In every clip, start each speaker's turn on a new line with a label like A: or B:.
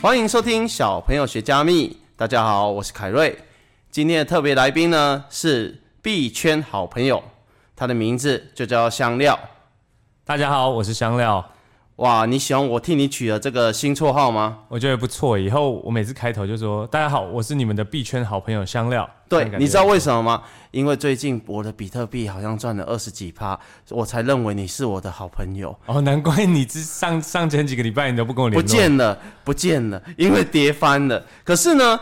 A: 欢迎收听小朋友学加密。大家好，我是凯瑞。今天的特别来宾呢是币圈好朋友，他的名字就叫香料。
B: 大家好，我是香料，
A: 哇，你喜欢我替你取的这个新绰号吗？
B: 我觉得不错。以后我每次开头就说：“大家好，我是你们的币圈好朋友香料。”这
A: 对
B: 样，感觉
A: 你知道为什么吗？因为最近我的比特币好像赚了二十几趴，我才认为你是我的好朋友。
B: 哦，难怪你之上上前几个礼拜你都不跟我联
A: 不
B: 络，
A: 见了，不见了，因为跌翻了。可是呢，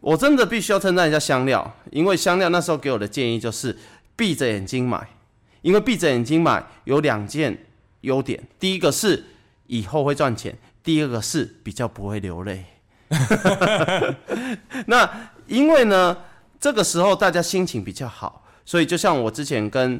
A: 我真的必须要称赞一下香料，因为香料那时候给我的建议就是闭着眼睛买，因为闭着眼睛买有两件优点，第一个是以后会赚钱，第二个是比较不会流 泪。那因为呢，这个时候大家心情比较好，所以就像我之前跟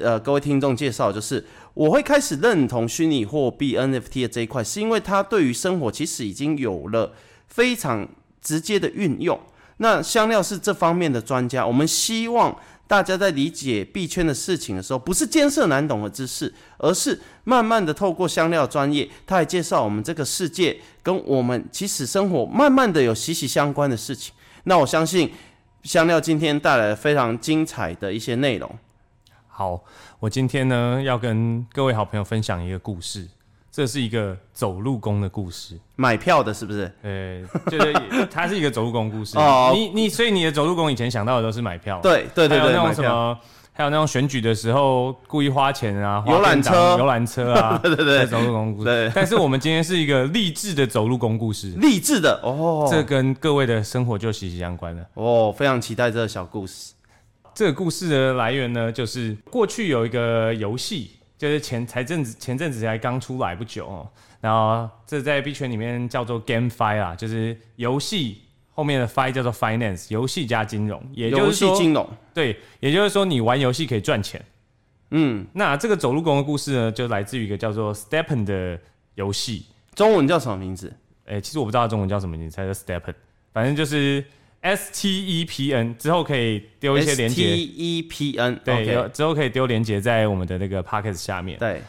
A: 呃各位听众介绍，就是我会开始认同虚拟货币 NFT 的这一块，是因为它对于生活其实已经有了非常直接的运用。那香料是这方面的专家，我们希望大家在理解币圈的事情的时候，不是艰涩难懂的知识，而是慢慢的透过香料专业，他来介绍我们这个世界跟我们其实生活慢慢的有息息相关的事情。那我相信香料今天带来了非常精彩的一些内容。
B: 好，我今天呢要跟各位好朋友分享一个故事，这是一个走路工的故事。
A: 买票的是不是？
B: 呃， 就是它是一个走路工故事。
A: 哦
B: 你你所以你的走路工以前想到的都是买票，
A: 对对对
B: 还有
A: 对，
B: 那
A: 买
B: 种什
A: 票。
B: 么，还有那种选举的时候故意花钱啊，花
A: 游览车
B: 便当游览车啊，
A: 对对对
B: 在走路工故
A: 对
B: 事。但是我们今天是一个励志的走路工故事，
A: 励志的哦，
B: 这跟各位的生活就息息相关了。
A: 哦，非常期待这个小故事。
B: 这个故事的来源呢，就是过去有一个游戏，就是前才阵子前阵子才刚出来不久哦，然后这在币圈里面叫做 GameFi 啊，就是游戏后面的 Fi 叫做 Finance，游戏加金融，也就
A: 游
B: 是
A: 戏
B: 说
A: 金融，
B: 对，也就是说你玩游戏可以赚钱。
A: 嗯，
B: 那这个走路工的故事呢，就来自于一个叫做 Stepen 的游戏。
A: 中文叫什么名字？
B: 诶、哎其实我不知道它中文叫什么，你猜叫 Stepen，反正就是 S T E P N。之后可以丢一些连
A: T
B: 接，
A: E P N，
B: 对，有
A: OK，
B: 之后可以丢连接在我们的那个 Pocket 下面。
A: 对，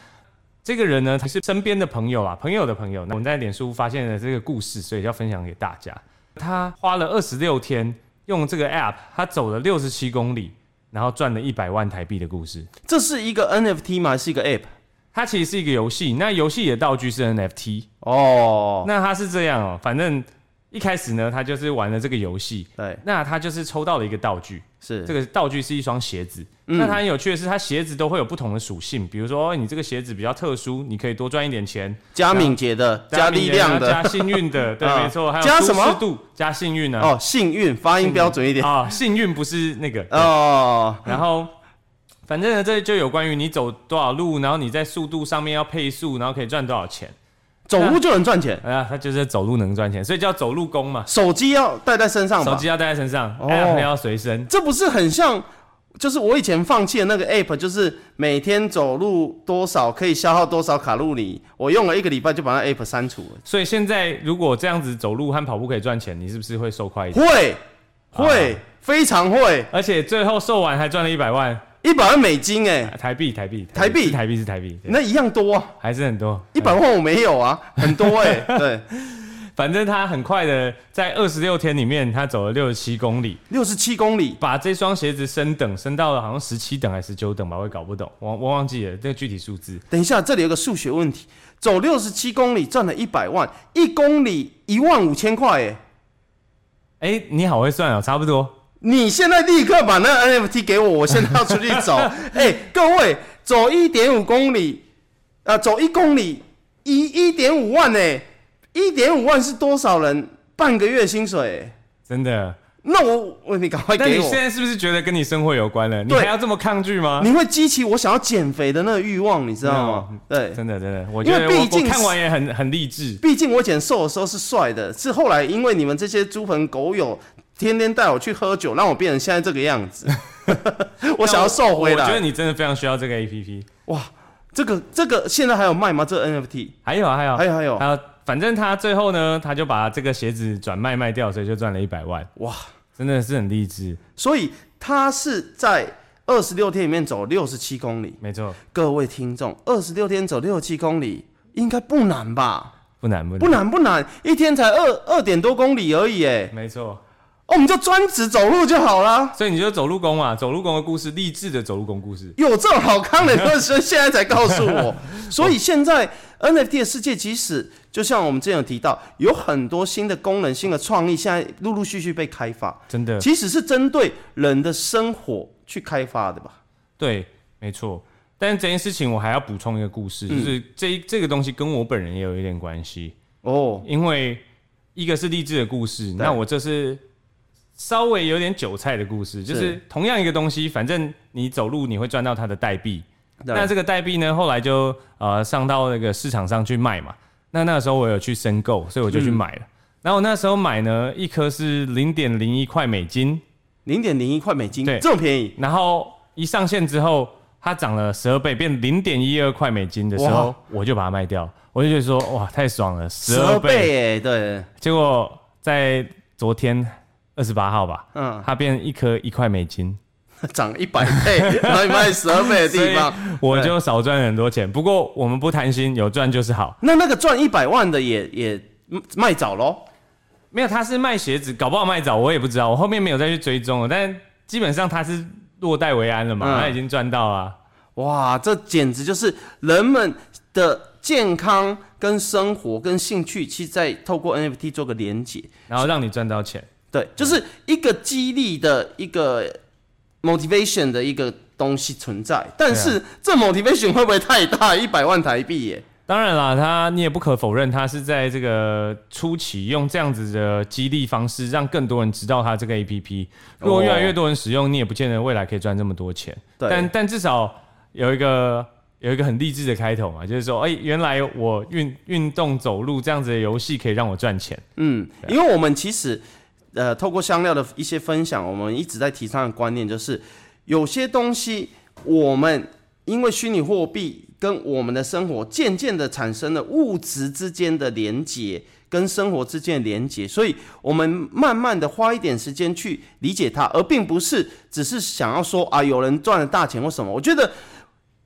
B: 这个人呢，他是身边的朋友啊，朋友的朋友。那我们在脸书发现了这个故事，所以要分享给大家。他花了二十六天用这个 App，他走了六十七公里，然后赚了一百万台币的故事。
A: 这是一个 NFT 吗？还是一个 App？
B: 它其实是一个游戏，那游戏里的道具是 NFT。
A: 哦，
B: 那它是这样哦、反正一开始呢，他就是玩了这个游戏，
A: 对，
B: 那他就是抽到了一个道具，
A: 是
B: 这个道具是一双鞋子。
A: 嗯
B: 那它很有趣的是，它鞋子都会有不同的属性，比如说哦你这个鞋子比较特殊，你可以多赚一点钱，
A: 加敏捷的，加力量
B: 加
A: 的，
B: 幸运 的，对，
A: 啊
B: 没错，还有
A: 加什么
B: 舒适度，加幸运啊，
A: 哦，幸运，发音标准一点，
B: 啊，幸运不是那个，
A: 哦，
B: 然后，反正呢，这就有关于你走多少路，然后你在速度上面要配速，然后可以赚多少钱。
A: 走路就能赚钱，
B: 啊，他就是走路能赚钱，所以叫走路工嘛。
A: 手机要带在身上
B: 手
A: 吧
B: 机？要带在身上、
A: 哦
B: a p p 要随身。
A: 这不是很像？就是我以前放弃的那个 app，就是每天走路多少可以消耗多少卡路里，我用了一个礼拜就把那 app 删除了。
B: 所以现在如果这样子走路和跑步可以赚钱，你是不是会瘦快一点？
A: 会，
B: 啊
A: 会，非常会，
B: 而且最后瘦完还赚了一百万
A: 一百万美金哎、
B: 啊台币，台币，
A: 台币
B: 是台币是台币，对
A: 那一样多啊，
B: 还是很多。
A: 一百万我没有 啊，很多哎、对，
B: 反正他很快的，在二十六天里面，他走了六十七公里，
A: 六十七公里，
B: 把这双鞋子升等，升到了好像十七等还是十九等吧，我也搞不懂，我我忘记了这个具体数字。
A: 等一下，这里有个数学问题，走六十七公里赚了一百万，一公里一万五千块哎、
B: 哎、你好会算哦，差不多。
A: 你现在立刻把那个 NFT 给我，我现在要出去 走。哎、各位，走一点五公里，啊、走一公里一一点五万呢、1一点五万是多少人半个月薪水、欸？
B: 真的。
A: 那我我你赶快
B: 那
A: 给
B: 你
A: 我
B: 现。在是不是觉得跟你生活有关了？你
A: 对
B: 还要这么抗拒吗？
A: 你会激起我想要减肥的那个欲望，你知道吗？对，
B: 真的真的，我
A: 因
B: 觉
A: 为
B: 得
A: 毕
B: 我我
A: 竟
B: 看
A: 是
B: 完也很很励志。
A: 毕竟我减瘦的时候是帅的，是后来因为你们这些猪朋狗友天天带我去喝酒，让我变成现在这个样 子。我想要瘦回
B: 我觉得
A: 来。
B: 你真的非常需要这个 A P P。
A: 哇，这个这个现在还有卖吗？这个 NFT
B: 还有啊还有
A: 还有还有
B: 还有，反正他最后呢，他就把这个鞋子转卖卖掉，所以就赚了一百万，
A: 哇，
B: 真的是很励志。
A: 所以他是在二十六天里面走六十七公里。
B: 没错，
A: 各位听众，二十六天走六十七公里应该不难吧？
B: 不难不难
A: 不，难不难，一天才二二点多公里而已，哎，
B: 没错。
A: 哦，我们就专职走路就好啦。
B: 所以你就走路工嘛，走路工的故事，励志的走路工故事。
A: 有这种好康的特生，现在才告诉 我。所以现在 NFT 的世界，即使就像我们之前有提到，有很多新的功能、新的创意，现在陆陆续续被开发，
B: 真的，
A: 其实是针对人的生活去开发的吧？
B: 对，没错。但是这件事情我还要补充一个故事，就
A: 嗯
B: 是这一这个东西跟我本人也有一点关系，
A: 哦，
B: 因为一个是励志的故事，那我这是稍微有点韭菜的故事，就是
A: 是
B: 同样一个东西，反正你走路你会赚到它的代币，那
A: 对
B: 这个代币呢，后来就呃上到那个市场上去卖嘛。那那个时候我有去申购，所以我就去买了。然后那时候买呢，一颗是零点零一块美金，
A: 零点零一块美金，
B: 对
A: 这么便宜，
B: 然后一上线之后，它涨了十二倍，变零点一二块美金的时候
A: 哇，
B: 我就把它卖掉。我就觉得说，哇，太爽了，十
A: 12
B: 二倍。
A: 倍哎，对，
B: 结果在昨天二十八号吧，
A: 嗯，
B: 它变一颗一块美金。
A: 涨一百 倍，然后你卖十二倍的地方，
B: 我就少赚了很多钱，不过我们不贪心，有赚就是好。
A: 那那个赚一百万的也也卖早喽，
B: 没有，他是卖鞋子，搞不好卖早，我也不知道，我后面没有再去追踪了。但基本上他是落袋为安了嘛，
A: 嗯
B: 他已经赚到了。
A: 哇，这简直就是人们的健康、跟生活、跟兴趣，其实在透过 NFT 做个连接。
B: 然后让你赚到钱，
A: 对，就是一个激励的一个 motivation 的一个东西存在。但是、这 motivation 会不会太大？一百万台币耶！
B: 当然啦，他你也不可否认，他是在这个初期用这样子的激励方式，让更多人知道他这个 A P P。如果越来越多人使用，你也不见得未来可以赚这么多钱。
A: 对
B: 但但至少有一个有一个很励志的开头嘛，就是说，哎、原来我运运动走路这样子的游戏可以让我赚钱。
A: 嗯，因为我们其实呃，透过香料的一些分享，我们一直在提倡的观念就是，有些东西我们因为虚拟货币跟我们的生活渐渐的产生了物质之间的连结，跟生活之间的连结，所以我们慢慢的花一点时间去理解它，而并不是只是想要说啊，有人赚了大钱或什么。我觉得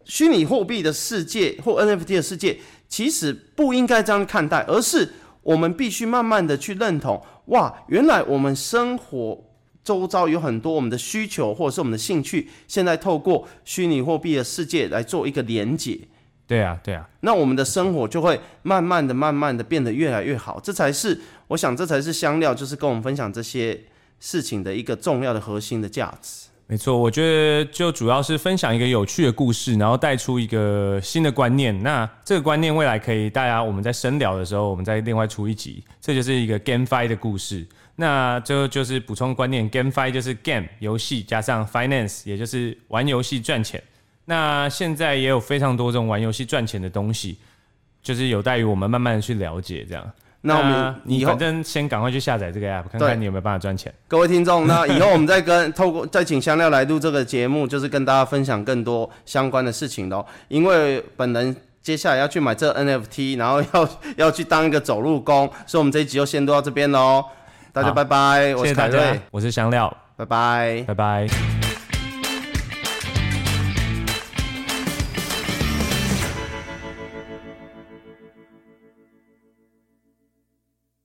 A: 虚拟货币的世界或 NFT 的世界，其实不应该这样看待，而是我们必须慢慢的去认同，哇，原来我们生活周遭有很多我们的需求或者是我们的兴趣，现在透过虚拟货币的世界来做一个连接，
B: 对啊，对啊。
A: 那我们的生活就会慢慢的、慢慢的变得越来越好。这才是我想，这才是香料，就是跟我们分享这些事情的一个重要的核心的价值。
B: 没错，我觉得就主要是分享一个有趣的故事，然后带出一个新的观念。那这个观念未来可以大家我们在深聊的时候，我们再另外出一集。这就是一个 GameFi 的故事。那这就是补充观念，GameFi 就是 game 游戏加上 finance，也就是玩游戏赚钱。那现在也有非常多这种玩游戏赚钱的东西，就是有待于我们慢慢的去了解这样。
A: 那我们
B: 你
A: 以后
B: 反正先赶快去下载这个 app，看看
A: 对
B: 你有没有办法赚钱。
A: 各位听众， 那以后我们再跟透过再请香料来录这个节目，就是跟大家分享更多相关的事情咯。因为本人接下来要去买这个 NFT，然后要 要去当一个走路工，所以我们这一集就先录到这边喽。大家
B: 好
A: 拜拜，我是
B: 谢谢
A: 凯
B: 大家
A: 瑞，，
B: 我是香料，
A: 拜拜。
B: 拜拜。